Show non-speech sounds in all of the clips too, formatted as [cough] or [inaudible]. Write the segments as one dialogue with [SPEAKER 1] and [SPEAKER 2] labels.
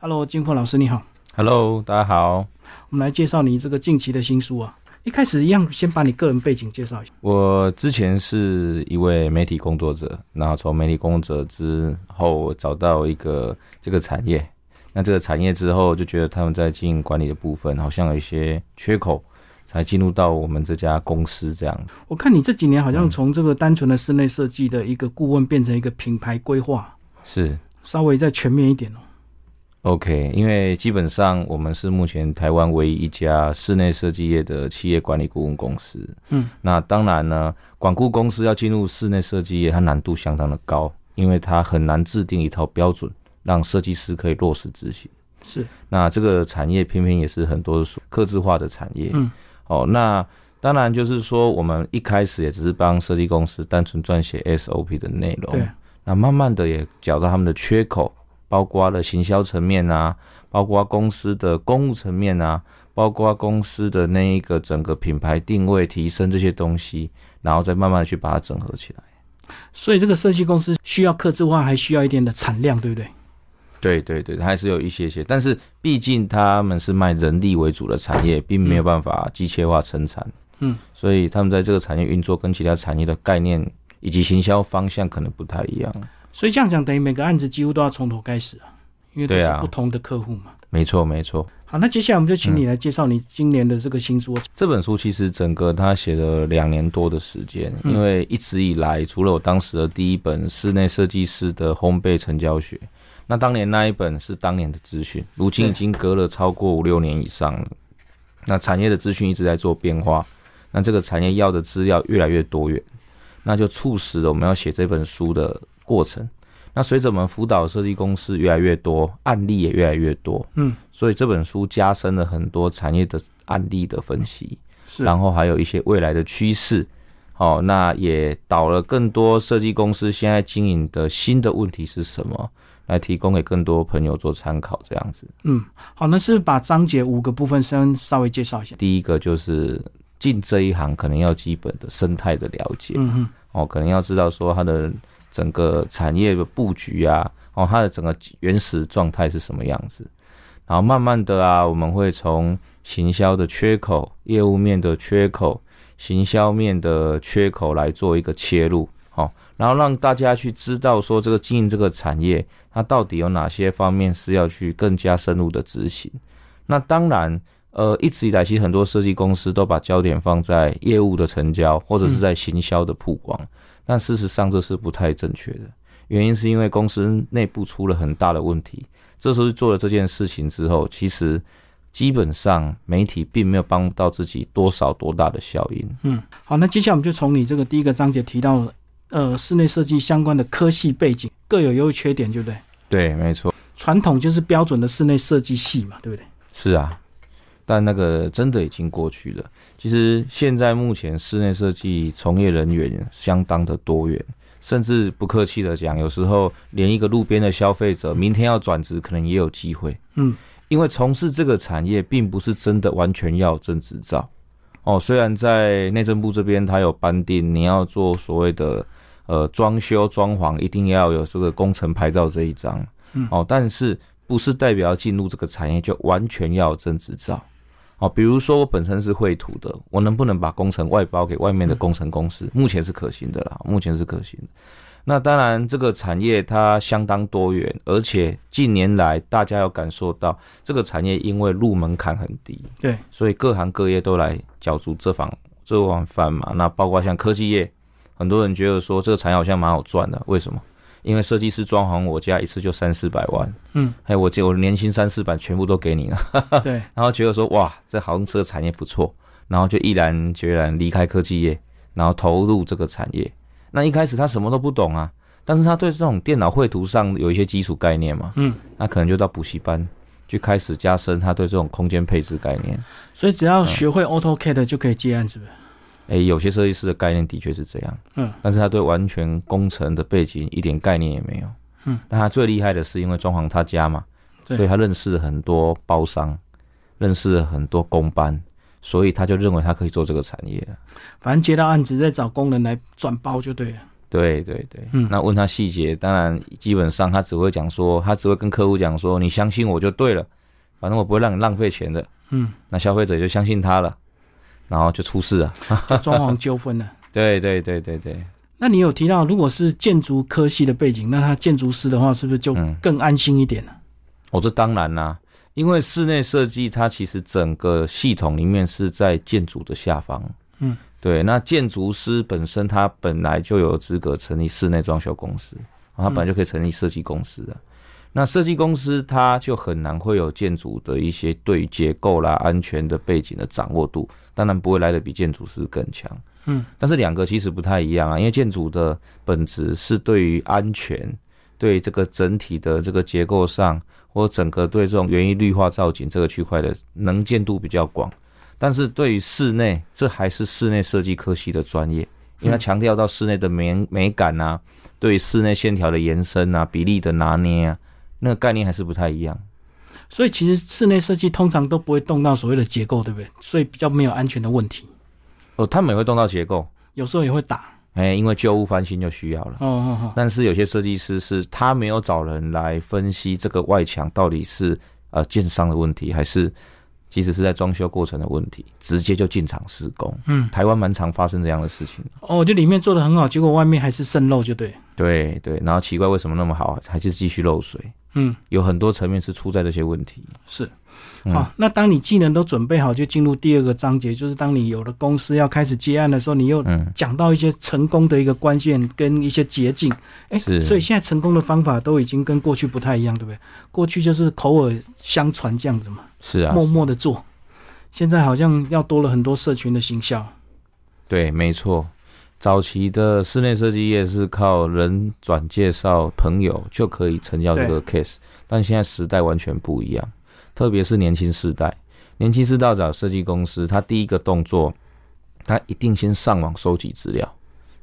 [SPEAKER 1] Hello，金凤老师你好，
[SPEAKER 2] Hello，大家好，
[SPEAKER 1] 我们来介绍你这个近期的新书啊。一开始一样，先把你个人背景介绍一下。
[SPEAKER 2] 我之前是一位媒体工作者，然后从媒体工作者之后找到一个这个产业，那这个产业之后就觉得他们在经营管理的部分好像有一些缺口，才进入到我们这家公司这样。
[SPEAKER 1] 我看你这几年好
[SPEAKER 2] 嗯
[SPEAKER 1] 像从这个单纯的室内设计的一个顾问，变成一个品牌规划，
[SPEAKER 2] 是
[SPEAKER 1] 稍微再全面一点哦。
[SPEAKER 2] OK，因为基本上我们是目前台湾唯一一家室内设计业的企业管理顾问公司。
[SPEAKER 1] 嗯，
[SPEAKER 2] 那当然呢，管顾公司要进入室内设计业，它难度相当的高，因为它很难制定一套标准，让设计师可以落实执行。
[SPEAKER 1] 是，
[SPEAKER 2] 那这个产业偏偏也是很多所客制化的产业。
[SPEAKER 1] 嗯，
[SPEAKER 2] 哦，那当然就是说，我们一开始也只是帮设计公司单纯撰写 SOP 的内容。
[SPEAKER 1] 对，
[SPEAKER 2] 那慢慢的也找到他们的缺口，包括了行销层面啊，包括公司的公务层面啊，包括公司的那一个整个品牌定位提升这些东西，然后再慢慢的去把它整合起来。
[SPEAKER 1] 所以这个设计公司需要客制化，还需要一点的产量，对不对？
[SPEAKER 2] 对对对，它还是有一些些，但是毕竟他们是卖人力为主的产业，并没有办法机械化生产。
[SPEAKER 1] 嗯，
[SPEAKER 2] 所以他们在这个产业运作跟其他产业的概念以及行销方向可能不太一样。
[SPEAKER 1] 所以这样讲，等于每个案子几乎都要从头开始啊，因为都
[SPEAKER 2] 对
[SPEAKER 1] 是
[SPEAKER 2] 啊
[SPEAKER 1] 不同的客户嘛。
[SPEAKER 2] 没错，没错。
[SPEAKER 1] 好，那接下来我们就请你来介绍你今年的这个新书。
[SPEAKER 2] 这本书其实整个他写了两年多的时间，因为一直以来，除了我当时的第一本室内设计师的烘焙成交学，那当年那一本是当年的资讯，如今已经隔了超过五六年以上了。那产业的资讯一直在做变化，那这个产业要的资料越来越多元，那就促使了我们要写这本书的过程。那随着我们辅导设计公司越来越多，案例也越来越多，
[SPEAKER 1] 嗯，
[SPEAKER 2] 所以这本书加深了很多产业的案例的分析，
[SPEAKER 1] 是，
[SPEAKER 2] 然后还有一些未来的趋势。好、那也导了更多设计公司现在经营的新的问题是什么，来提供给更多朋友做参考。这样子，
[SPEAKER 1] 嗯，好，那是不是把章节五个部分先稍微介绍一下。
[SPEAKER 2] 第一个就是进这一行可能要基本的生态的了解，
[SPEAKER 1] 嗯哼，
[SPEAKER 2] 哦，可能要知道说它的整个产业的布局啊，哦，它的整个原始状态是什么样子。然后慢慢的啊，我们会从行销的缺口、业务面的缺口、行销面的缺口来做一个切入，好、然后让大家去知道说这个经营这个产业，它到底有哪些方面是要去更加深入的执行。那当然，呃，一直以来其实很多设计公司都把焦点放在业务的成交或者是在行销的曝光，但事实上这是不太正确的。原因是因为公司内部出了很大的问题，这时候做了这件事情之后，其实基本上媒体并没有帮到自己多少多大的效应。
[SPEAKER 1] 嗯，好，那接下来我们就从你这个第一个章节提到，呃，室内设计相关的科系背景各有优缺点，对不对？
[SPEAKER 2] 对，没错，
[SPEAKER 1] 传统就是标准的室内设计系嘛，对不对？
[SPEAKER 2] 是啊，但那个真的已经过去了。其实现在目前室内设计从业人员相当的多元，甚至不客气的讲，有时候连一个路边的消费者，明天要转职，可能也有机会。
[SPEAKER 1] 嗯，
[SPEAKER 2] 因为从事这个产业，并不是真的完全要有证执照。哦，虽然在内政部这边，它有颁定你要做所谓的呃装修装潢，一定要有这个工程牌照这一张。
[SPEAKER 1] 嗯
[SPEAKER 2] 哦，但是不是代表进入这个产业就完全要有证执照？哦，比如说我本身是绘图的，我能不能把工程外包给外面的工程公司？目前是可行的啦，目前是可行的。那当然，这个产业它相当多元，而且近年来大家有感受到，这个产业因为入门槛很低，
[SPEAKER 1] 对，
[SPEAKER 2] 所以各行各业都来角逐这房这碗饭嘛。那包括像科技业，很多人觉得说这个产业好像蛮好赚的，为什么？因为设计师装潢我家一次就三四百万，
[SPEAKER 1] 嗯，
[SPEAKER 2] 哎，我这我年薪三四百全部都给你了， [laughs]
[SPEAKER 1] 对，
[SPEAKER 2] 然后觉得说哇，这好像这个产业不错，然后就毅然决然离开科技业，然后投入这个产业。那一开始他什么都不懂啊，但是他对这种电脑绘图上有一些基础概念嘛，
[SPEAKER 1] 嗯，
[SPEAKER 2] 那可能就到补习班去开始加深他对这种空间配置概念。
[SPEAKER 1] 所以只要学会 AutoCAD 就可以接案，是不是？
[SPEAKER 2] 诶、有些设计师的概念的确是这样，
[SPEAKER 1] 嗯，
[SPEAKER 2] 但是他对完全工程的背景一点概念也没有，
[SPEAKER 1] 嗯，
[SPEAKER 2] 但他最厉害的是因为装潢他家嘛，
[SPEAKER 1] 对
[SPEAKER 2] 所以他认识了很多包商，认识了很多工班，所以他就认为他可以做这个产业了。
[SPEAKER 1] 反正接到案子再找工人来转包就对了。
[SPEAKER 2] 对对对，
[SPEAKER 1] 嗯
[SPEAKER 2] 那问他细节，当然基本上他只会讲说，他只会跟客户讲说，你相信我就对了，反正我不会让你浪费钱的。
[SPEAKER 1] 嗯，
[SPEAKER 2] 那消费者就相信他了，然后就出事了。
[SPEAKER 1] 就装潢纠纷了。
[SPEAKER 2] 对对对对对，
[SPEAKER 1] 那你有提到，如果是建筑科系的背景，那他建筑师的话，是不是就
[SPEAKER 2] 嗯
[SPEAKER 1] 更安心一点了？
[SPEAKER 2] 哦，这当然啦、因为室内设计它其实整个系统里面是在建筑的下方。
[SPEAKER 1] 嗯，
[SPEAKER 2] 对，那建筑师本身他本来就有资格成立室内装修公司，哦他
[SPEAKER 1] 嗯
[SPEAKER 2] 本来就可以成立设计公司的。那设计公司它就很难会有建筑的一些对于结构啦、安全的背景的掌握度，当然不会来的比建筑师更强。
[SPEAKER 1] 嗯，
[SPEAKER 2] 但是两个其实不太一样啊，因为建筑的本质是对于安全、对这个整体的这个结构上，或整个对这种园艺绿化造景这个区块的能见度比较广。但是对于室内，这还是室内设计科系的专业，因为它强调到室内的美美感啊，对于室内线条的延伸啊、比例的拿捏啊，那个概念还是不太一样。
[SPEAKER 1] 所以其实室内设计通常都不会动到所谓的结构，对不对？所以比较没有安全的问题，
[SPEAKER 2] 哦，他们也会动到结构，
[SPEAKER 1] 有时候也会打。
[SPEAKER 2] 哎，因为旧屋翻新就需要了。
[SPEAKER 1] 哦哦哦，
[SPEAKER 2] 但是有些设计师是他没有找人来分析这个外墙到底是呃建商的问题，还是其实是在装修过程的问题，直接就进场施工。
[SPEAKER 1] 嗯，
[SPEAKER 2] 台湾蛮常发生这样的事情。
[SPEAKER 1] 哦，就里面做的很好，结果外面还是渗漏，就对。
[SPEAKER 2] 对对，然后奇怪为什么那么好，还是继续漏水？
[SPEAKER 1] 嗯，
[SPEAKER 2] 有很多层面是出在这些问题。
[SPEAKER 1] 是。
[SPEAKER 2] 嗯
[SPEAKER 1] 好，那当你技能都准备好，就进入第二个章节，就是当你有了公司要开始接案的时候，你又
[SPEAKER 2] 嗯，
[SPEAKER 1] 讲到一些成功的一个关键跟一些捷径。哎、
[SPEAKER 2] 是
[SPEAKER 1] 所以现在成功的方法都已经跟过去不太一样，对不对？过去就是口耳相传这样子嘛，
[SPEAKER 2] 是啊，
[SPEAKER 1] 默默的做。现在好像要多了很多社群的行销，
[SPEAKER 2] 对，没错。早期的室内设计业是靠人转介绍朋友就可以成交这个 case，但现在时代完全不一样，特别是年轻世代，年轻世代找设计公司，他第一个动作，他一定先上网收集资料，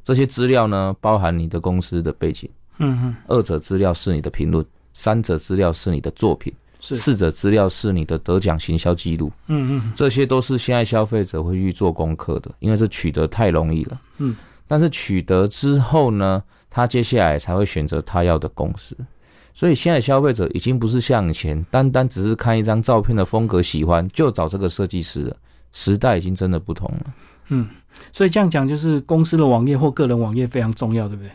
[SPEAKER 2] 这些资料呢包含你的公司的背景，
[SPEAKER 1] 嗯嗯，
[SPEAKER 2] 二者资料是你的评论，三者资料是你的作品，
[SPEAKER 1] 是，
[SPEAKER 2] 四者资料是你的得奖行销记录，
[SPEAKER 1] 嗯嗯，
[SPEAKER 2] 这些都是现在消费者会去做功课的，因为这取得太容易了。
[SPEAKER 1] 嗯，
[SPEAKER 2] 但是取得之后呢，他接下来才会选择他要的公司。所以现在消费者已经不是像以前单单只是看一张照片的风格喜欢就找这个设计师了，时代已经真的不同了。
[SPEAKER 1] 所以这样讲就是公司的网页或个人网页非常重要，对不对？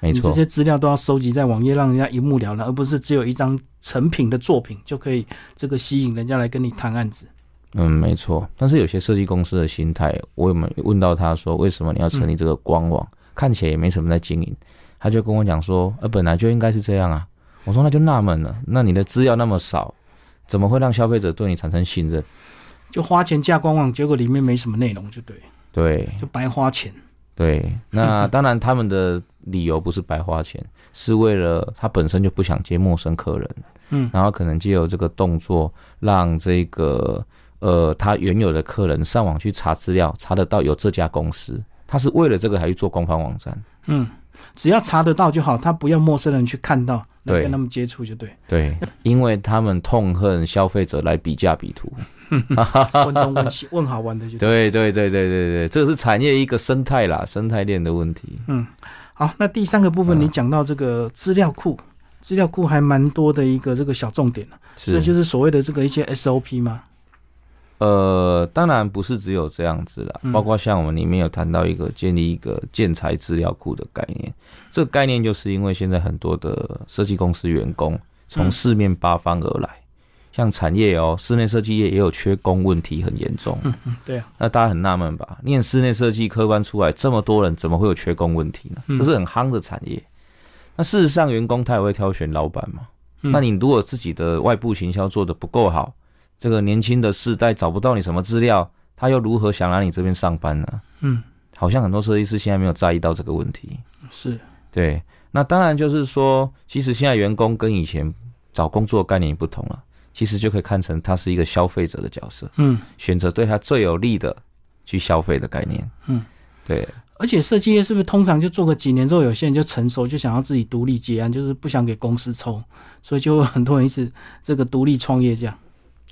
[SPEAKER 2] 没
[SPEAKER 1] 你这
[SPEAKER 2] 错，
[SPEAKER 1] 些资料都要收集在网页，让人家一目了然，而不是只有一张成品的作品就可以这个吸引人家来跟你谈案子。
[SPEAKER 2] 嗯，没错。但是有些设计公司的心态，我有没有问到他说，为什么你要成立这个官网？看起来也没什么在经营。他就跟我讲说，呃，本来就应该是这样啊。我说那就纳闷了，那你的资料那么少，怎么会让消费者对你产生信任？
[SPEAKER 1] 就花钱架官网，结果里面没什么内容，就对，
[SPEAKER 2] 对
[SPEAKER 1] 就白花钱。
[SPEAKER 2] [laughs] 对，那当然他们的理由不是白花钱，是为了他本身就不想接陌生客人，
[SPEAKER 1] 嗯
[SPEAKER 2] 然后可能借由这个动作，让这个呃他原有的客人上网去查资料，查得到有这家公司，他是为了这个还去做官方网站。
[SPEAKER 1] 嗯，只要查得到就好，他不要陌生人去看到，来
[SPEAKER 2] 对
[SPEAKER 1] 跟他们接触就
[SPEAKER 2] [laughs]
[SPEAKER 1] 对，
[SPEAKER 2] 对，因为他们痛恨消费者来比价比图。
[SPEAKER 1] 问东问西，问好玩的就对。
[SPEAKER 2] [laughs] 对对对对对对，这个是产业一个生态啦，生态链的问题。
[SPEAKER 1] 嗯，好，那第三个部分
[SPEAKER 2] 嗯
[SPEAKER 1] 你讲到这个资料库，资料库还蛮多的一个这个小重点啊所以就是所谓的这个一些 SOP 嘛。
[SPEAKER 2] 呃，当然不是只有这样子啦，
[SPEAKER 1] 嗯
[SPEAKER 2] 包括像我们里面有谈到一个建立一个建材资料库的概念，这个概念就是因为现在很多的设计公司员工从
[SPEAKER 1] 嗯
[SPEAKER 2] 四面八方而来，像产业哦，室内设计业也有缺工问题很严重，
[SPEAKER 1] 嗯，对啊，
[SPEAKER 2] 那大家很纳闷吧？念室内设计科班出来，这么多人怎么会有缺工问题呢？
[SPEAKER 1] 嗯
[SPEAKER 2] 这是很夯的产业。那事实上，员工他也会挑选老板嘛。
[SPEAKER 1] 嗯
[SPEAKER 2] 那你如果自己的外部行销做的不够好，这个年轻的世代找不到你什么资料，他又如何想来你这边上班呢？
[SPEAKER 1] 嗯，
[SPEAKER 2] 好像很多设计师现在没有在意到这个问题。
[SPEAKER 1] 是，
[SPEAKER 2] 对，那当然就是说，其实现在员工跟以前找工作概念也不同了，其实就可以看成他是一个消费者的角色。
[SPEAKER 1] 嗯，
[SPEAKER 2] 选择对他最有利的去消费的概念。
[SPEAKER 1] 嗯，
[SPEAKER 2] 对，
[SPEAKER 1] 而且设计业是不是通常就做个几年之后，有些人就成熟，就想要自己独立接案，就是不想给公司抽，所以就有很多人一直这个独立创业这样。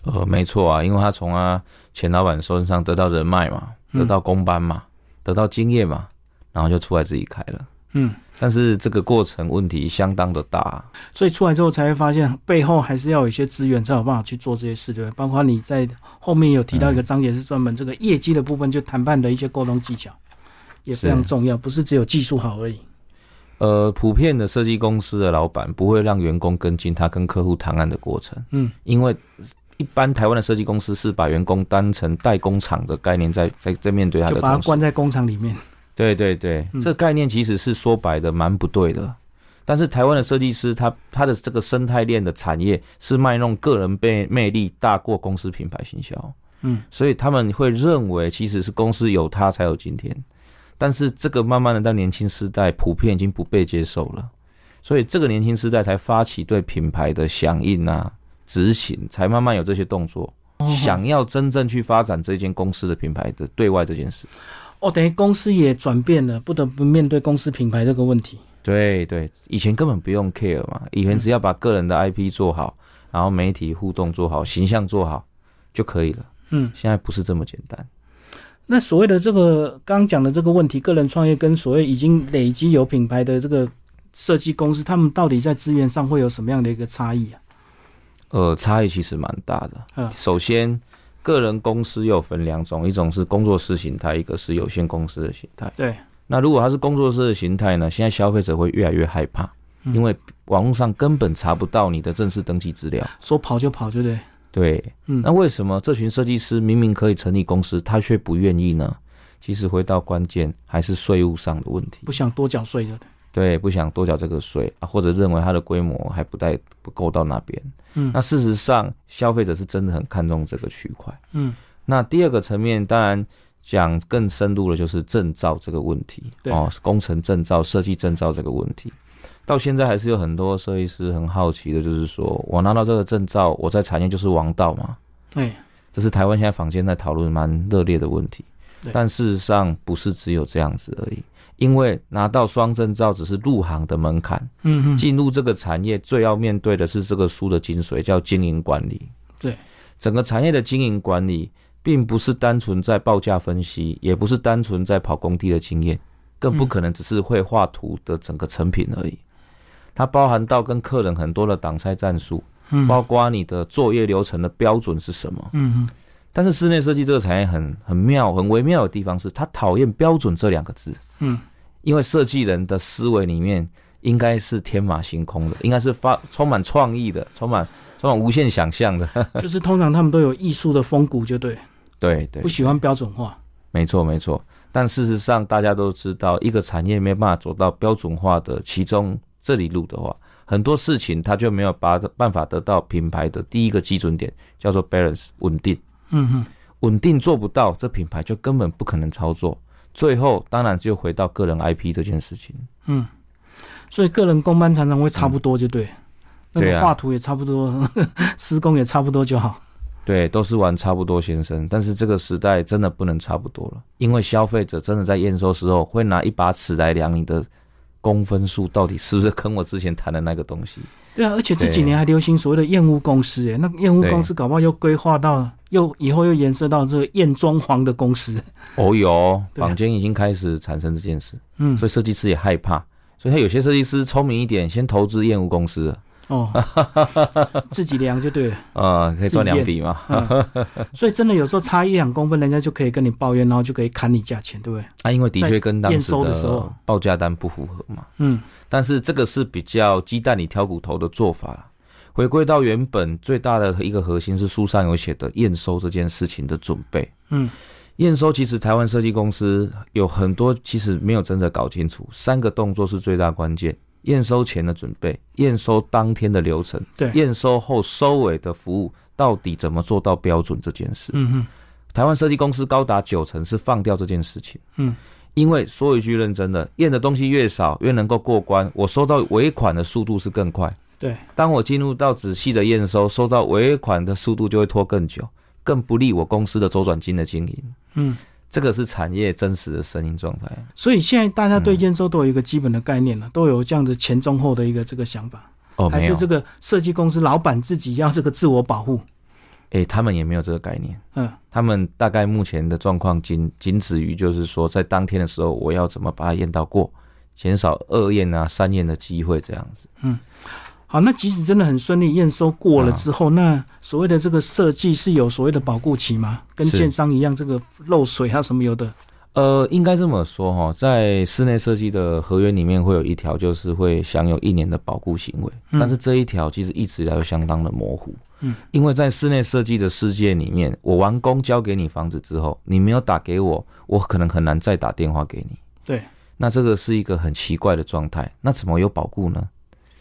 [SPEAKER 2] 呃，没错啊，因为他从啊前老板身上得到人脉嘛，
[SPEAKER 1] 嗯
[SPEAKER 2] 得到公班嘛，得到经验嘛，然后就出来自己开了。
[SPEAKER 1] 嗯，
[SPEAKER 2] 但是这个过程问题相当的大，啊
[SPEAKER 1] 所以出来之后才会发现，背后还是要有一些资源才有办法去做这些事，对不对？包括你在后面有提到一个章节是专门这个业绩的部分，就谈判的一些沟通技巧也非常
[SPEAKER 2] 是
[SPEAKER 1] 重要，不是只有技术好而已。
[SPEAKER 2] 呃，普遍的设计公司的老板不会让员工跟进他跟客户谈案的过程，
[SPEAKER 1] 嗯，
[SPEAKER 2] 因为一般台湾的设计公司是把员工当成代工厂的概念在在在面对他
[SPEAKER 1] 就
[SPEAKER 2] 的
[SPEAKER 1] 把它
[SPEAKER 2] 公司
[SPEAKER 1] 关在工厂里面。
[SPEAKER 2] 对对对，
[SPEAKER 1] 嗯
[SPEAKER 2] 这个概念其实是说白的蛮不对的。但是台湾的设计师他，他的这个生态链的产业是卖弄个人魅魅力大过公司品牌行销，
[SPEAKER 1] 嗯，
[SPEAKER 2] 所以他们会认为其实是公司有他才有今天。但是这个慢慢的到年轻时代，普遍已经不被接受了，所以这个年轻时代才发起对品牌的响应啊、执行，才慢慢有这些动作，
[SPEAKER 1] 哦
[SPEAKER 2] 想要真正去发展这间公司的品牌的对外这件事。
[SPEAKER 1] 哦，等于公司也转变了，不得不面对公司品牌这个问题。
[SPEAKER 2] 对对，以前根本不用 care 嘛，以
[SPEAKER 1] 嗯
[SPEAKER 2] 前只要把个人的 IP 做好，然后媒体互动做好，形象做好就可以了。
[SPEAKER 1] 嗯，
[SPEAKER 2] 现在不是这么简单。
[SPEAKER 1] 那所谓的这个刚刚讲的这个问题，个人创业跟所谓已经累积有品牌的这个设计公司，他们到底在资源上会有什么样的一个差异啊？
[SPEAKER 2] 呃，差异其实蛮大的。
[SPEAKER 1] 嗯
[SPEAKER 2] 首先，个人公司又分两种，一种是工作室形态，一个是有限公司的形态。
[SPEAKER 1] 对，
[SPEAKER 2] 那如果它是工作室的形态呢，现在消费者会越来越害怕，
[SPEAKER 1] 嗯
[SPEAKER 2] 因为网络上根本查不到你的正式登记资料。
[SPEAKER 1] 说跑就跑，对不对？
[SPEAKER 2] 对，
[SPEAKER 1] 嗯
[SPEAKER 2] 那为什么这群设计师明明可以成立公司，他却不愿意呢？其实回到关键，还是税务上的问题
[SPEAKER 1] 不。想多缴税的。
[SPEAKER 2] 对，不想多缴这个税啊，或者认为它的规模还不带不够到那边。
[SPEAKER 1] 嗯
[SPEAKER 2] 那事实上，消费者是真的很看重这个区块。
[SPEAKER 1] 嗯，
[SPEAKER 2] 那第二个层面，当然讲更深入的就是证照这个问题
[SPEAKER 1] 对
[SPEAKER 2] 哦，工程证照、设计证照这个问题，到现在还是有很多设计师很好奇的，就是说我拿到这个证照，我在产业就是王道嘛。
[SPEAKER 1] 对，
[SPEAKER 2] 这是台湾现在坊间在讨论蛮热烈的问题
[SPEAKER 1] 对，
[SPEAKER 2] 但事实上不是只有这样子而已，因为拿到双证照只是入行的门槛，
[SPEAKER 1] 嗯嗯，
[SPEAKER 2] 进入这个产业最要面对的是这个书的精髓，叫经营管理。
[SPEAKER 1] 对，
[SPEAKER 2] 整个产业的经营管理，并不是单纯在报价分析，也不是单纯在跑工地的经验，更不可能只是会画图的整个成品而已。它包含到跟客人很多的挡拆战术，
[SPEAKER 1] 嗯
[SPEAKER 2] 包括你的作业流程的标准是什么。
[SPEAKER 1] 嗯嗯，
[SPEAKER 2] 但是室内设计这个产业很很妙、很微妙的地方是，它讨厌“标准”这两个字。
[SPEAKER 1] 嗯，
[SPEAKER 2] 因为设计人的思维里面应该是天马行空的，应该是发充满创意的，充满充满无限想象的。 [laughs]
[SPEAKER 1] 嗯 [laughs] 就是通常他们都有艺术的风骨，就对，
[SPEAKER 2] 对对
[SPEAKER 1] 不，喜欢标准化。
[SPEAKER 2] 没错没错。但事实上，大家都知道，一个产业没办法走到标准化的其中这里路的话，很多事情它就没有把办法得到品牌的第一个基准点，叫做 balance 稳定。
[SPEAKER 1] 嗯嗯，
[SPEAKER 2] 稳定做不到，这品牌就根本不可能操作。最后当然就回到个人 IP 这件事情。
[SPEAKER 1] 所以个人工班常常会差不多，就嗯对。那
[SPEAKER 2] 对
[SPEAKER 1] 个
[SPEAKER 2] 啊
[SPEAKER 1] 画图也差不多， [laughs] 施工也差不多就好。
[SPEAKER 2] 对，都是玩差不多先生，但是这个时代真的不能差不多了，因为消费者真的在验收时候会拿一把尺来量你的公分数到底是不是跟我之前谈的那个东西。
[SPEAKER 1] 对啊，而且这几
[SPEAKER 2] 对
[SPEAKER 1] 年还流行所谓的燕屋公司，哎，那个燕屋公司搞不好又规划到，又以后又延伸到这个燕装潢的公司，
[SPEAKER 2] [laughs] 哦哟，
[SPEAKER 1] 对啊
[SPEAKER 2] 坊间已经开始产生这件事，
[SPEAKER 1] 嗯
[SPEAKER 2] 所，以设计师也害怕，所以他有些设计师聪明一点，先投资厌恶公司了，
[SPEAKER 1] 哦， [laughs] 自己量就对了。
[SPEAKER 2] 呃，可以赚
[SPEAKER 1] 自己
[SPEAKER 2] 两
[SPEAKER 1] 验
[SPEAKER 2] 笔嘛。
[SPEAKER 1] 所以真的有时候差一两公分，人家就可以跟你抱怨，然后就可以砍你价钱，对不对？
[SPEAKER 2] 啊，因为的
[SPEAKER 1] 在
[SPEAKER 2] 确跟当
[SPEAKER 1] 验
[SPEAKER 2] 时
[SPEAKER 1] 收的时候
[SPEAKER 2] 的报价单不符合嘛。
[SPEAKER 1] 嗯，
[SPEAKER 2] 但是这个是比较鸡蛋里挑骨头的做法。回归到原本最大的一个核心是书上有写的验收这件事情的准备。
[SPEAKER 1] 嗯，
[SPEAKER 2] 验收其实台湾设计公司有很多其实没有真的搞清楚，三个动作是最大关键：验收前的准备、验收当天的流程、
[SPEAKER 1] 对，
[SPEAKER 2] 验收后收尾的服务，到底怎么做到标准这件事。
[SPEAKER 1] 嗯嗯
[SPEAKER 2] 台湾设计公司高达九成是放掉这件事情。
[SPEAKER 1] 嗯，
[SPEAKER 2] 因为说一句认真的，验的东西越少，越能够过关，我收到尾款的速度是更快。
[SPEAKER 1] 对，
[SPEAKER 2] 当我进入到仔细的验收，收到尾款的速度就会拖更久，更不利我公司的周转金的经营。
[SPEAKER 1] 嗯。
[SPEAKER 2] 这个是产业真实的声音状态。
[SPEAKER 1] 所以现在大家对验收都有一个基本的概念了，都有这样的前中后的一个这个想法，
[SPEAKER 2] 嗯哦，
[SPEAKER 1] 还
[SPEAKER 2] 没
[SPEAKER 1] 是
[SPEAKER 2] 有，
[SPEAKER 1] 这个设计公司老板自己要这个自我保护？
[SPEAKER 2] 诶、他们也没有这个概念。
[SPEAKER 1] 嗯，
[SPEAKER 2] 他们大概目前的状况仅仅止于就是说，在当天的时候，我要怎么把它验到过，减少二验啊、三验的机会，这样子。
[SPEAKER 1] 好，那即使真的很顺利，验收过
[SPEAKER 2] 啊
[SPEAKER 1] 了之后，那所谓的这个设计是有所谓的保固期吗？跟
[SPEAKER 2] 是
[SPEAKER 1] 建商一样，这个漏水啊什么有的，
[SPEAKER 2] 呃，应该这么说哈，在室内设计的合约里面会有一条，就是会享有一年的保固行为，
[SPEAKER 1] 嗯
[SPEAKER 2] 但是这一条其实一直以来都相当的模糊。
[SPEAKER 1] 嗯，
[SPEAKER 2] 因为在室内设计的世界里面，我完工交给你房子之后，你没有打给我，我可能很难再打电话给你。
[SPEAKER 1] 对，
[SPEAKER 2] 那这个是一个很奇怪的状态，那怎么有保固呢？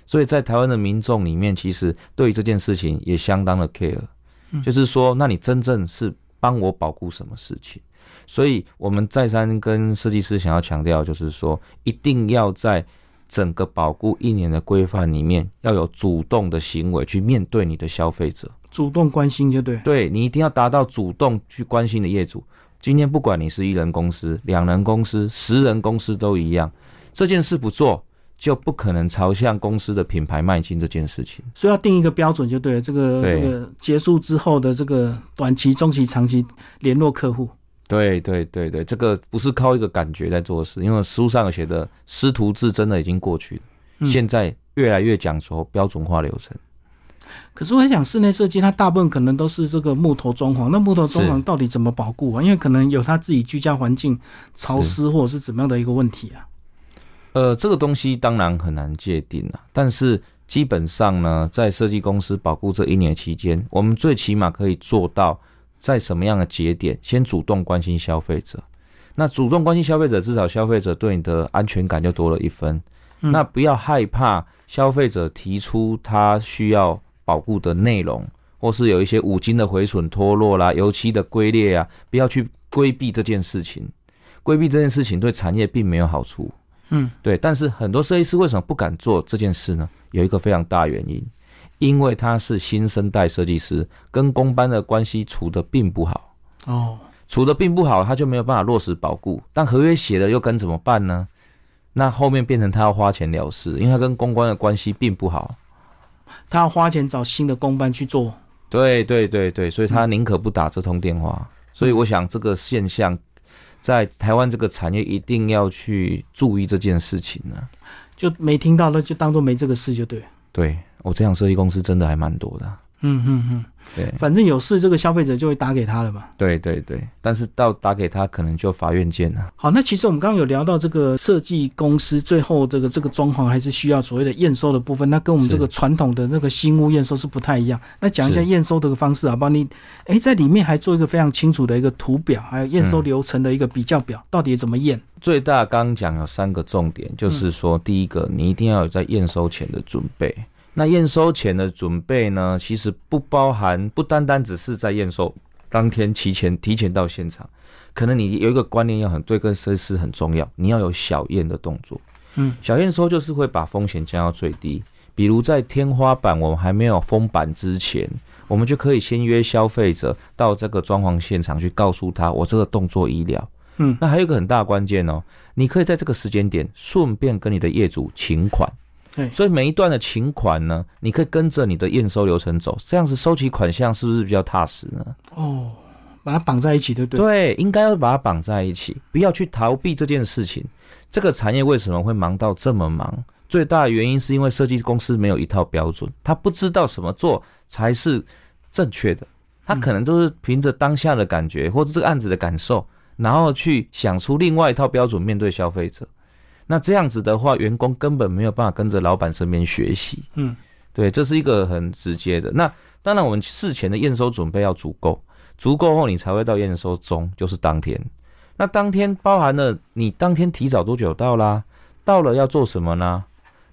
[SPEAKER 2] 所以在台湾的民众里面，其实对于这件事情也相当的 care，、
[SPEAKER 1] 嗯
[SPEAKER 2] 就是说，那你真正是帮我保护什么事情？所以我们再三跟设计师想要强调，就是说，一定要在整个保护一年的规范里面，要有主动的行为去面对你的消费者。
[SPEAKER 1] 主动关心就对。
[SPEAKER 2] 对你一定要达到主动去关心的业主。今天不管你是一人公司、两人公司、十人公司都一样，这件事不做，就不可能朝向公司的品牌迈进这件事情。
[SPEAKER 1] 所以要定一个标准就对了，这个这
[SPEAKER 2] 对
[SPEAKER 1] 个结束之后的这个短期、中期、长期联络客户，
[SPEAKER 2] 对对对对，这个不是靠一个感觉在做事，因为书上有写的师徒制真的已经过去了，
[SPEAKER 1] 嗯
[SPEAKER 2] 现在越来越讲求标准化流程。
[SPEAKER 1] 可是我在想，室内设计它大部分可能都是这个木头装潢，那木头装
[SPEAKER 2] 是
[SPEAKER 1] 潢到底怎么保护啊？因为可能有它自己居家环境潮湿或者是怎么样的一个问题啊。
[SPEAKER 2] 呃，这个东西当然很难界定啊，但是基本上呢，在设计公司保护这一年期间，我们最起码可以做到在什么样的节点先主动关心消费者。那主动关心消费者，至少消费者对你的安全感就多了一分。
[SPEAKER 1] 嗯
[SPEAKER 2] 那不要害怕消费者提出他需要保护的内容，或是有一些五金的毁损脱落啦、油漆的龟裂啊，不要去规避这件事情。规避这件事情对产业并没有好处。
[SPEAKER 1] 嗯，
[SPEAKER 2] 对，但是很多设计师为什么不敢做这件事呢？有一个非常大原因，因为他是新生代设计师，跟工班的关系处的并不好，
[SPEAKER 1] 哦，
[SPEAKER 2] 处的并不好，他就没有办法落实保固。但合约写了又跟怎么办呢？那后面变成他要花钱了事，因为他跟公关的关系并不好。
[SPEAKER 1] 他要花钱找新的公班去做，
[SPEAKER 2] 对对对对，所以他宁可不打这通电话。所以我想这个现象，在台湾这个产业一定要去注意这件事情啊呢、
[SPEAKER 1] 就没听到那就当做没这个事就对了。
[SPEAKER 2] 对我、这样设计公司真的还蛮多的啊、
[SPEAKER 1] 嗯嗯嗯，
[SPEAKER 2] 对
[SPEAKER 1] 反正有事这个消费者就会打给他了嘛。
[SPEAKER 2] 对对对，但是到打给他可能就法院见了。
[SPEAKER 1] 好，那其实我们刚刚有聊到这个设计公司最后这个这个装潢还是需要所谓的验收的部分，那跟我们
[SPEAKER 2] 是
[SPEAKER 1] 这个传统的那个新屋验收是不太一样。那讲一下
[SPEAKER 2] 是
[SPEAKER 1] 验收的方式好不好？你诶，在里面还做一个非常清楚的一个图表，还有验收
[SPEAKER 2] 嗯
[SPEAKER 1] 流程的一个比较表，到底怎么验？
[SPEAKER 2] 最大刚刚讲有三个重点，就是说，第一个，你一定要有在验收前的准备。那验收前的准备呢，其实不包含，不单单只是在验收当天提前提前到现场，可能你有一个观念要很对，跟设计师很重要，你要有小验的动作。
[SPEAKER 1] 嗯，
[SPEAKER 2] 小验收就是会把风险降到最低，比如在天花板我们还没有封板之前，我们就可以先约消费者到这个装潢现场去告诉他我这个动作医疗。
[SPEAKER 1] 嗯
[SPEAKER 2] 那还有一个很大的关键哦，你可以在这个时间点顺便跟你的业主请款
[SPEAKER 1] 对。
[SPEAKER 2] 所以每一段的请款呢，你可以跟着你的验收流程走，这样子收集款项是不是比较踏实呢？
[SPEAKER 1] 哦，把它绑在一起，对不对？
[SPEAKER 2] 对，应该要把它绑在一起，不要去逃避这件事情。这个产业为什么会忙到这么忙？最大的原因是因为设计公司没有一套标准，他不知道怎么做才是正确的。他可能都是凭着当下的感觉或者这个案子的感受，然后去想出另外一套标准面对消费者。那这样子的话，员工根本没有办法跟着老板身边学习。
[SPEAKER 1] 嗯，
[SPEAKER 2] 对，这是一个很直接的。那当然，我们事前的验收准备要足够，足够后你才会到验收中，就是当天。那当天包含了你当天提早多久到啦，到了要做什么呢？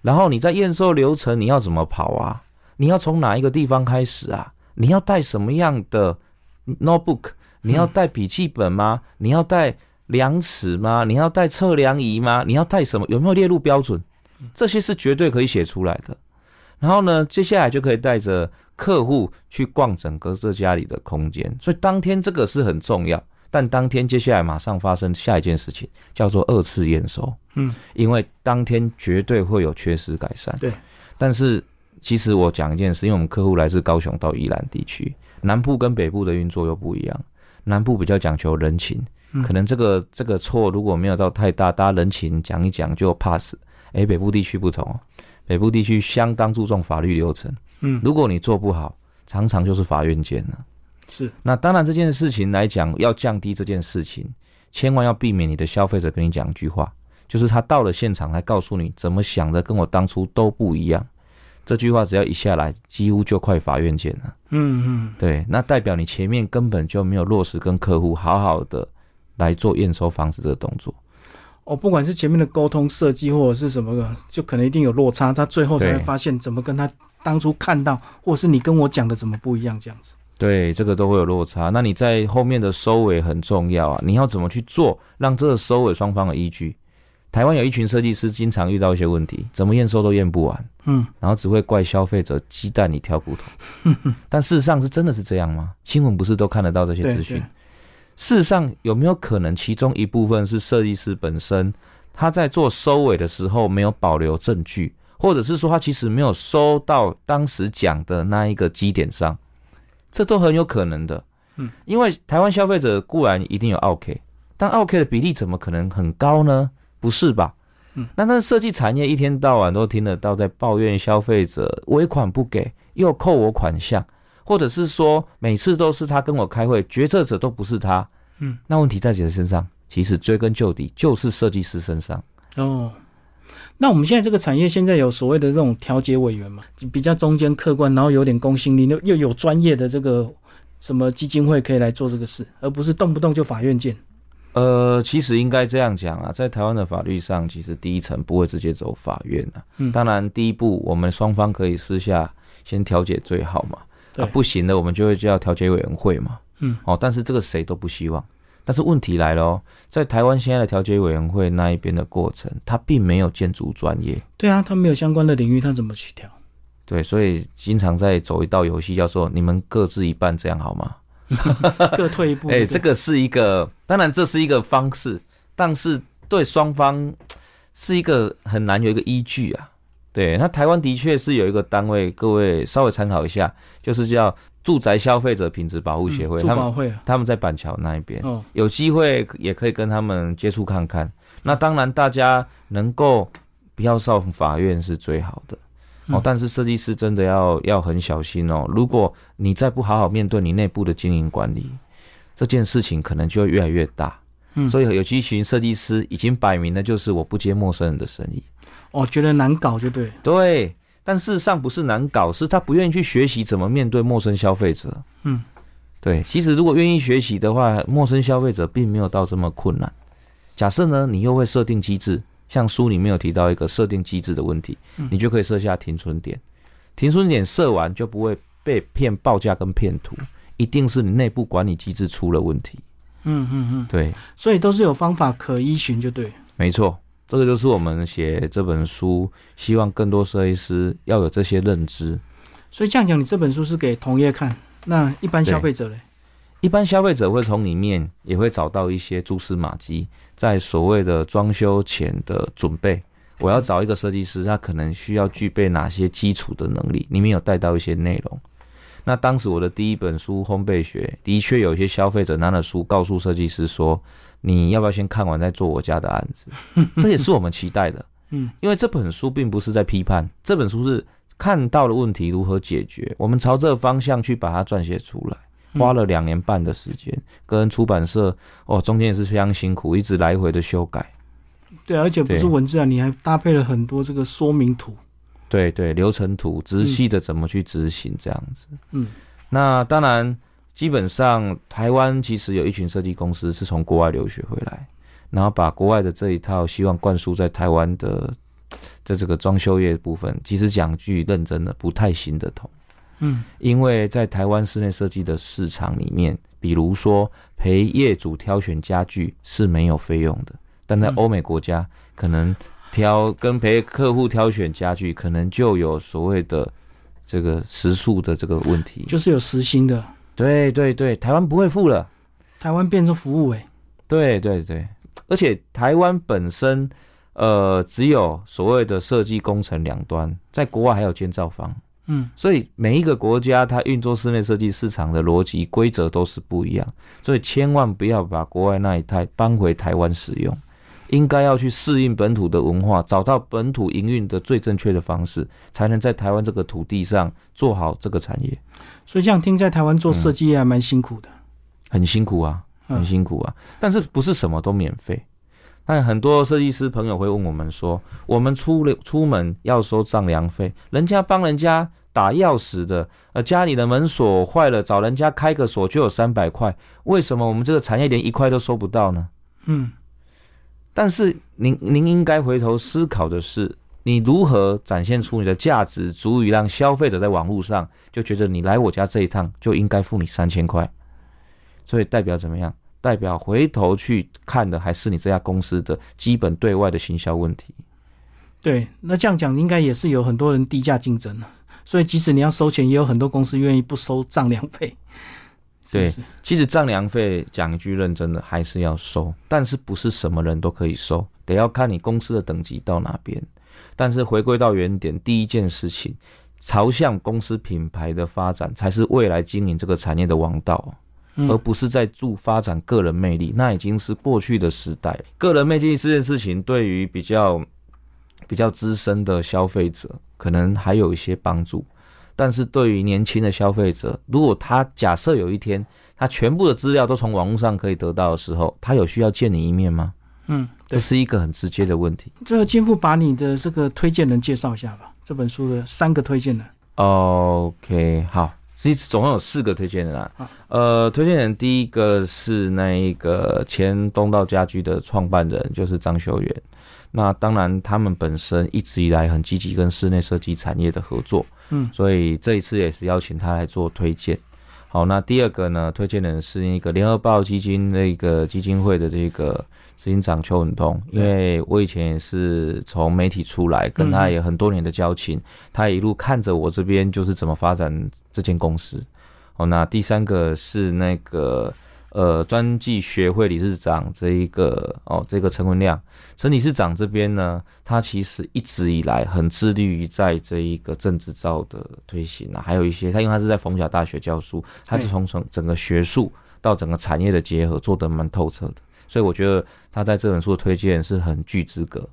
[SPEAKER 2] 然后你在验收流程你要怎么跑啊？你要从哪一个地方开始啊？你要带什么样的 notebook？你要带笔记本吗？你要带量尺吗？你要带测量仪吗？你要带什么？有没有列入标准？这些是绝对可以写出来的。然后呢，接下来就可以带着客户去逛整个这家里的空间，所以当天这个是很重要。但当天接下来马上发生下一件事情，叫做二次验收。
[SPEAKER 1] 嗯，
[SPEAKER 2] 因为当天绝对会有缺失改善。
[SPEAKER 1] 对，
[SPEAKER 2] 但是其实我讲一件事，因为我们客户来自高雄到宜兰地区，南部跟北部的运作又不一样。南部比较讲求人情，
[SPEAKER 1] 嗯
[SPEAKER 2] 可能这个这个错如果没有到太大，大家人情讲一讲就 pass。哎，北部地区不同哦，北部地区相当注重法律流程，
[SPEAKER 1] 嗯，
[SPEAKER 2] 如果你做不好，常常就是法院见了。
[SPEAKER 1] 是
[SPEAKER 2] 那当然，这件事情来讲，要降低这件事情，千万要避免你的消费者跟你讲一句话，就是他到了现场来告诉你怎么想的，跟我当初都不一样。这句话只要一下来，几乎就快法院见了。
[SPEAKER 1] 嗯嗯
[SPEAKER 2] 对，那代表你前面根本就没有落实跟客户好好的来做验收防止这个动作。
[SPEAKER 1] 哦，不管是前面的沟通设计或者是什么的，就可能一定有落差，他最后才会
[SPEAKER 2] 对
[SPEAKER 1] 发现怎么跟他当初看到或者是你跟我讲的怎么不一样这样子。
[SPEAKER 2] 对，这个都会有落差。那你在后面的收尾很重要啊，你要怎么去做，让这个收尾双方有依据。台湾有一群设计师经常遇到一些问题，怎么验收都验不完，
[SPEAKER 1] 嗯，
[SPEAKER 2] 然后只会怪消费者鸡蛋里挑骨头。
[SPEAKER 1] [laughs]
[SPEAKER 2] 但事实上是真的是这样吗？新闻不是都看得到这些
[SPEAKER 1] 对
[SPEAKER 2] 资讯
[SPEAKER 1] 对？
[SPEAKER 2] 事实上有没有可能其中一部分是设计师本身他在做收尾的时候没有保留证据，或者是说他其实没有收到当时讲的那一个基点上，这都很有可能的。
[SPEAKER 1] 嗯，
[SPEAKER 2] 因为台湾消费者固然一定有 OK，但 OK 的比例怎么可能很高呢？不是吧？
[SPEAKER 1] 嗯，
[SPEAKER 2] 那但是设计产业一天到晚都听得到在抱怨消费者尾款不给，又扣我款项，或者是说每次都是他跟我开会，决策者都不是他。
[SPEAKER 1] 嗯，
[SPEAKER 2] 那问题在谁身上？其实追根究底就是设计师身上。
[SPEAKER 1] 哦，那我们现在这个产业现在有所谓的这种调解委员嘛，比较中间客观，然后有点公信力，又又有专业的这个什么基金会可以来做这个事，而不是动不动就法院见。
[SPEAKER 2] 呃，其实应该这样讲啊，在台湾的法律上，其实第一层不会直接走法院啊。
[SPEAKER 1] 嗯
[SPEAKER 2] 当然，第一步我们双方可以私下先调解最好嘛。
[SPEAKER 1] 对
[SPEAKER 2] 啊、不行的，我们就会叫调解委员会嘛。
[SPEAKER 1] 嗯，
[SPEAKER 2] 哦，但是这个谁都不希望。但是问题来了哦，在台湾现在的调解委员会那一边的过程，它并没有建筑专业，
[SPEAKER 1] 对啊，他没有相关的领域，他怎么去调？
[SPEAKER 2] [laughs] 对，所以经常在走一道游戏，叫做你们各自一半，这样好吗？
[SPEAKER 1] 各退一步。
[SPEAKER 2] 哎、
[SPEAKER 1] 对不对
[SPEAKER 2] 这个是一个，当然这是一个方式，但是对双方是一个很难有一个依据啊。对，那台湾的确是有一个单位，各位稍微参考一下，就是叫住宅消费者品质保嗯护协会，
[SPEAKER 1] 嗯、珠
[SPEAKER 2] 他
[SPEAKER 1] 宝
[SPEAKER 2] 们哎
[SPEAKER 1] 会啊，
[SPEAKER 2] 他们在板桥那一边，
[SPEAKER 1] 哦，
[SPEAKER 2] 有机会也可以跟他们接触看看。那当然，大家能够不要上法院是最好的。哦
[SPEAKER 1] 嗯，
[SPEAKER 2] 但是设计师真的要要很小心哦。如果你再不好好面对你内部的经营管理，这件事情可能就会越来越大。
[SPEAKER 1] 嗯
[SPEAKER 2] 所以有一群设计师已经摆明了就是我不接陌生人的生意。
[SPEAKER 1] 哦，觉得难搞就对了。
[SPEAKER 2] 对，但事实上不是难搞，是他不愿意去学习怎么面对陌生消费者。
[SPEAKER 1] 嗯，
[SPEAKER 2] 对，其实如果愿意学习的话，陌生消费者并没有到这么困难。假设呢，你又会设定机制，像书里面有提到一个设定机制的问题，
[SPEAKER 1] 嗯
[SPEAKER 2] 你就可以设下停损点，停损点设完就不会被骗报价跟骗图，一定是你内部管理机制出了问题。
[SPEAKER 1] 嗯嗯嗯，
[SPEAKER 2] 对，
[SPEAKER 1] 所以都是有方法可依循就对了。
[SPEAKER 2] 没错，这个就是我们写这本书，希望更多设计师要有这些认知。
[SPEAKER 1] 所以这样讲，你这本书是给同业看，那一般消费者嘞？
[SPEAKER 2] 一般消费者会从里面也会找到一些蛛丝马迹，在所谓的装修前的准备。我要找一个设计师，他可能需要具备哪些基础的能力？里面有带到一些内容。那当时我的第一本书《烘焙学》，的确有一些消费者拿了书告诉设计师说：“你要不要先看完再做我家的案子？” [laughs] 这也是我们期待的。
[SPEAKER 1] 嗯，
[SPEAKER 2] 因为这本书并不是在批判，这本书是看到了问题如何解决，我们朝这个方向去把它撰写出来。
[SPEAKER 1] 嗯
[SPEAKER 2] 花了两年半的时间，跟出版社哦，中间也是非常辛苦，一直来回的修改。
[SPEAKER 1] 对啊，而且不是
[SPEAKER 2] 对
[SPEAKER 1] 文字啊，你还搭配了很多这个说明图。
[SPEAKER 2] 对对，流程图仔细的怎么去执行这样子。
[SPEAKER 1] 嗯，
[SPEAKER 2] 那当然，基本上台湾其实有一群设计公司是从国外留学回来，然后把国外的这一套希望灌输在台湾的在这个装修业部分，其实讲句认真的，不太行得通。
[SPEAKER 1] 嗯
[SPEAKER 2] 因为在台湾室内设计的市场里面，比如说陪业主挑选家具是没有费用的，但在
[SPEAKER 1] 嗯
[SPEAKER 2] 欧美国家，可能挑跟陪客户挑选家具，可能就有所谓的这个时数的这个问题。
[SPEAKER 1] 就是有实薪的，
[SPEAKER 2] 对对对，台湾不会付了。
[SPEAKER 1] 台湾变成服务委、
[SPEAKER 2] 对对对，而且台湾本身，呃，只有所谓的设计工程两端，在国外还有建造方。
[SPEAKER 1] 嗯
[SPEAKER 2] 所以每一个国家它运作室内设计市场的逻辑规则都是不一样，所以千万不要把国外那一套搬回台湾使用，应该要去适应本土的文化，找到本土营运的最正确的方式，才能在台湾这个土地上做好这个产业。
[SPEAKER 1] 所以这样听，在台湾做设计也还蛮辛苦的。
[SPEAKER 2] 很辛苦啊，
[SPEAKER 1] 嗯
[SPEAKER 2] 很辛苦啊。但是不是什么都免费？但很多设计师朋友会问我们说，我们出了出门要收丈量费，人家帮人家打钥匙的，呃，家里的门锁坏了，找人家开个锁就有三百块，为什么我们这个产业连一块都收不到呢？
[SPEAKER 1] 嗯
[SPEAKER 2] 但是您您应该回头思考的是，你如何展现出你的价值，足以让消费者在网络上就觉得你来我家这一趟就应该付你三千块。所以代表怎么样？代表回头去看的还是你这家公司的基本对外的行销问题。
[SPEAKER 1] 对，那这样讲应该也是有很多人低价竞争了，所以即使你要收钱，也有很多公司愿意不收丈量费。是不是，
[SPEAKER 2] 其实丈量费讲一句认真的，还是要收，但是不是什么人都可以收，得要看你公司的等级到哪边。但是回归到原点，第一件事情，朝向公司品牌的发展，才是未来经营这个产业的王道，而
[SPEAKER 1] 嗯
[SPEAKER 2] 不是在助发展个人魅力，那已经是过去的时代了。个人魅力这件事情，对于比较比较资深的消费者，可能还有一些帮助。但是对于年轻的消费者，如果他假设有一天他全部的资料都从网络上可以得到的时候，他有需要见你一面吗？
[SPEAKER 1] 嗯，
[SPEAKER 2] 这
[SPEAKER 1] 对。
[SPEAKER 2] 是一个很直接的问题。
[SPEAKER 1] 最后，金富把你的这个推荐人介绍一下吧。这本书的三个推荐人，
[SPEAKER 2] OK，好，其实总共有四个推荐人啊。呃，推荐人第一个是那一个前东道家居的创办人，就是张修元。那当然，他们本身一直以来很积极跟室内设计产业的合作，
[SPEAKER 1] 嗯
[SPEAKER 2] 所以这一次也是邀请他来做推荐。好，那第二个呢，推荐人是一个联合报基金那个基金会的这个执行长邱文东，因为我以前也是从媒体出来，跟他也很多年的交情，他也一路看着我这边就是怎么发展这间公司。哦，那第三个是那个呃专技学会理事长这一个哦，这个陈文亮陈理事长这边呢，他其实一直以来很致力于在这一个政治照的推行啊，还有一些他因为他是在逢甲大学教书，他就
[SPEAKER 1] 对
[SPEAKER 2] 从从整个学术到整个产业的结合做得蛮透彻的，所以我觉得他在这本书的推荐是很具资格。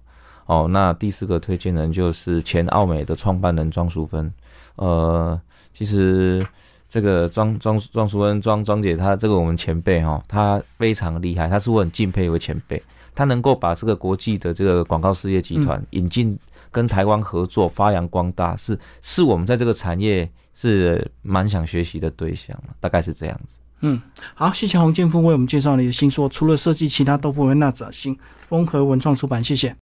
[SPEAKER 2] 哦，那第四个推荐人就是前奥美的创办人庄淑芬。呃，其实这个庄庄庄淑芬庄庄姐她这个我们前辈哈、哦，她非常厉害，她是我很敬佩一位前辈。她能够把这个国际的这个广告事业集团引进，跟台湾合作发扬光大，是是我们在这个产业是蛮想学习的对象了，大概是这样子。
[SPEAKER 1] 嗯，好，谢谢洪建夫为我们介绍你的新书，除了设计，其他都不会那咋行。风和文创出版，谢谢。